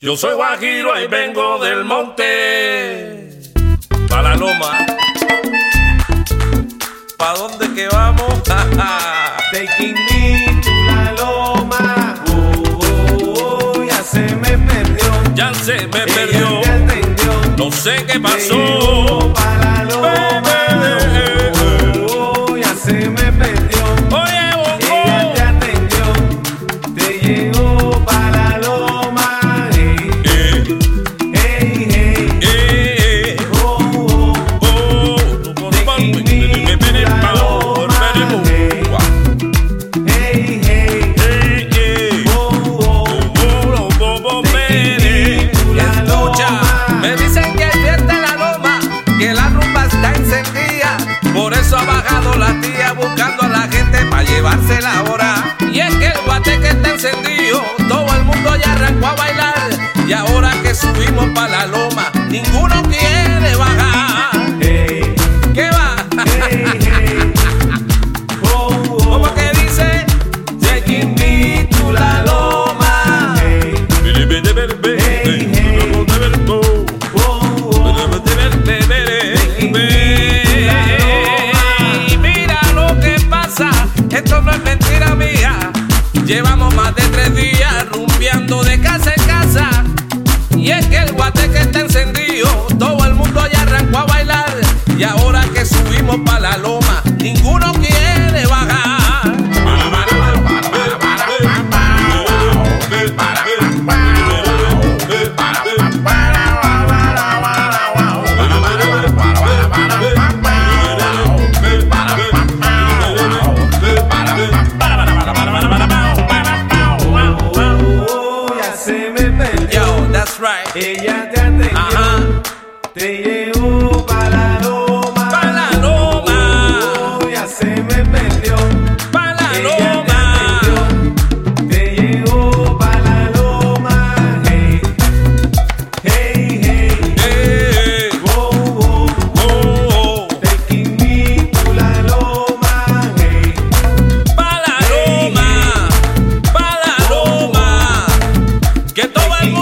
Yo soy guajiro y vengo del monte. Pa' la loma. ¿Pa' dónde que vamos? Taking me to la loma. Oh, oh, oh, ya se me perdió. ya se me Ella perdió. me atendió. No sé qué Me pasó. llevó pa' la loma. Oh, oh, ya se me perdió. Oye, Ella te bongo. atendió, te llegó para la loma. Hey, Eh, hey, hey, eh, eh. oh, Oh, oh. oh, Hey, hey, eh, oh, oh. eh. Escucha, me dicen que es fiesta en la loma, que la rumba está encendida. Por eso ha bajado la tía buscando a la gente para llevarse la hora. Y es que el guateque está encendido, todo el mundo ya arrancó a bailar. Y ahora que subimos para la loma, ninguno quiere bajar. Hey, ¿Qué va? hey, hey, oh, oh. ¿Cómo que dice? Taking me to la loma. Hey, oh, oh. Y mira lo que pasa, esto no es mentira mía. Llevamos más de tres días rumbeando de casa en casa. Y es que el guateque está encendido, todo el mundo ya arrancó a bailar. Y ahora que subimos para la loma, ninguno quiere bajar. Oh, ya se me perdió. Yo, that's right. Ella te atendió, Ajá, te llevó para la loma. para la loma, Oh, ya se me perdió. para la Ella te loma. atendió, te llevó para la loma. Hey, hey, hey. Eh, eh, Oh, oh, oh, oh. taking me to la loma. Hey, oh, Paloma, Paloma, que todo el oh, oh,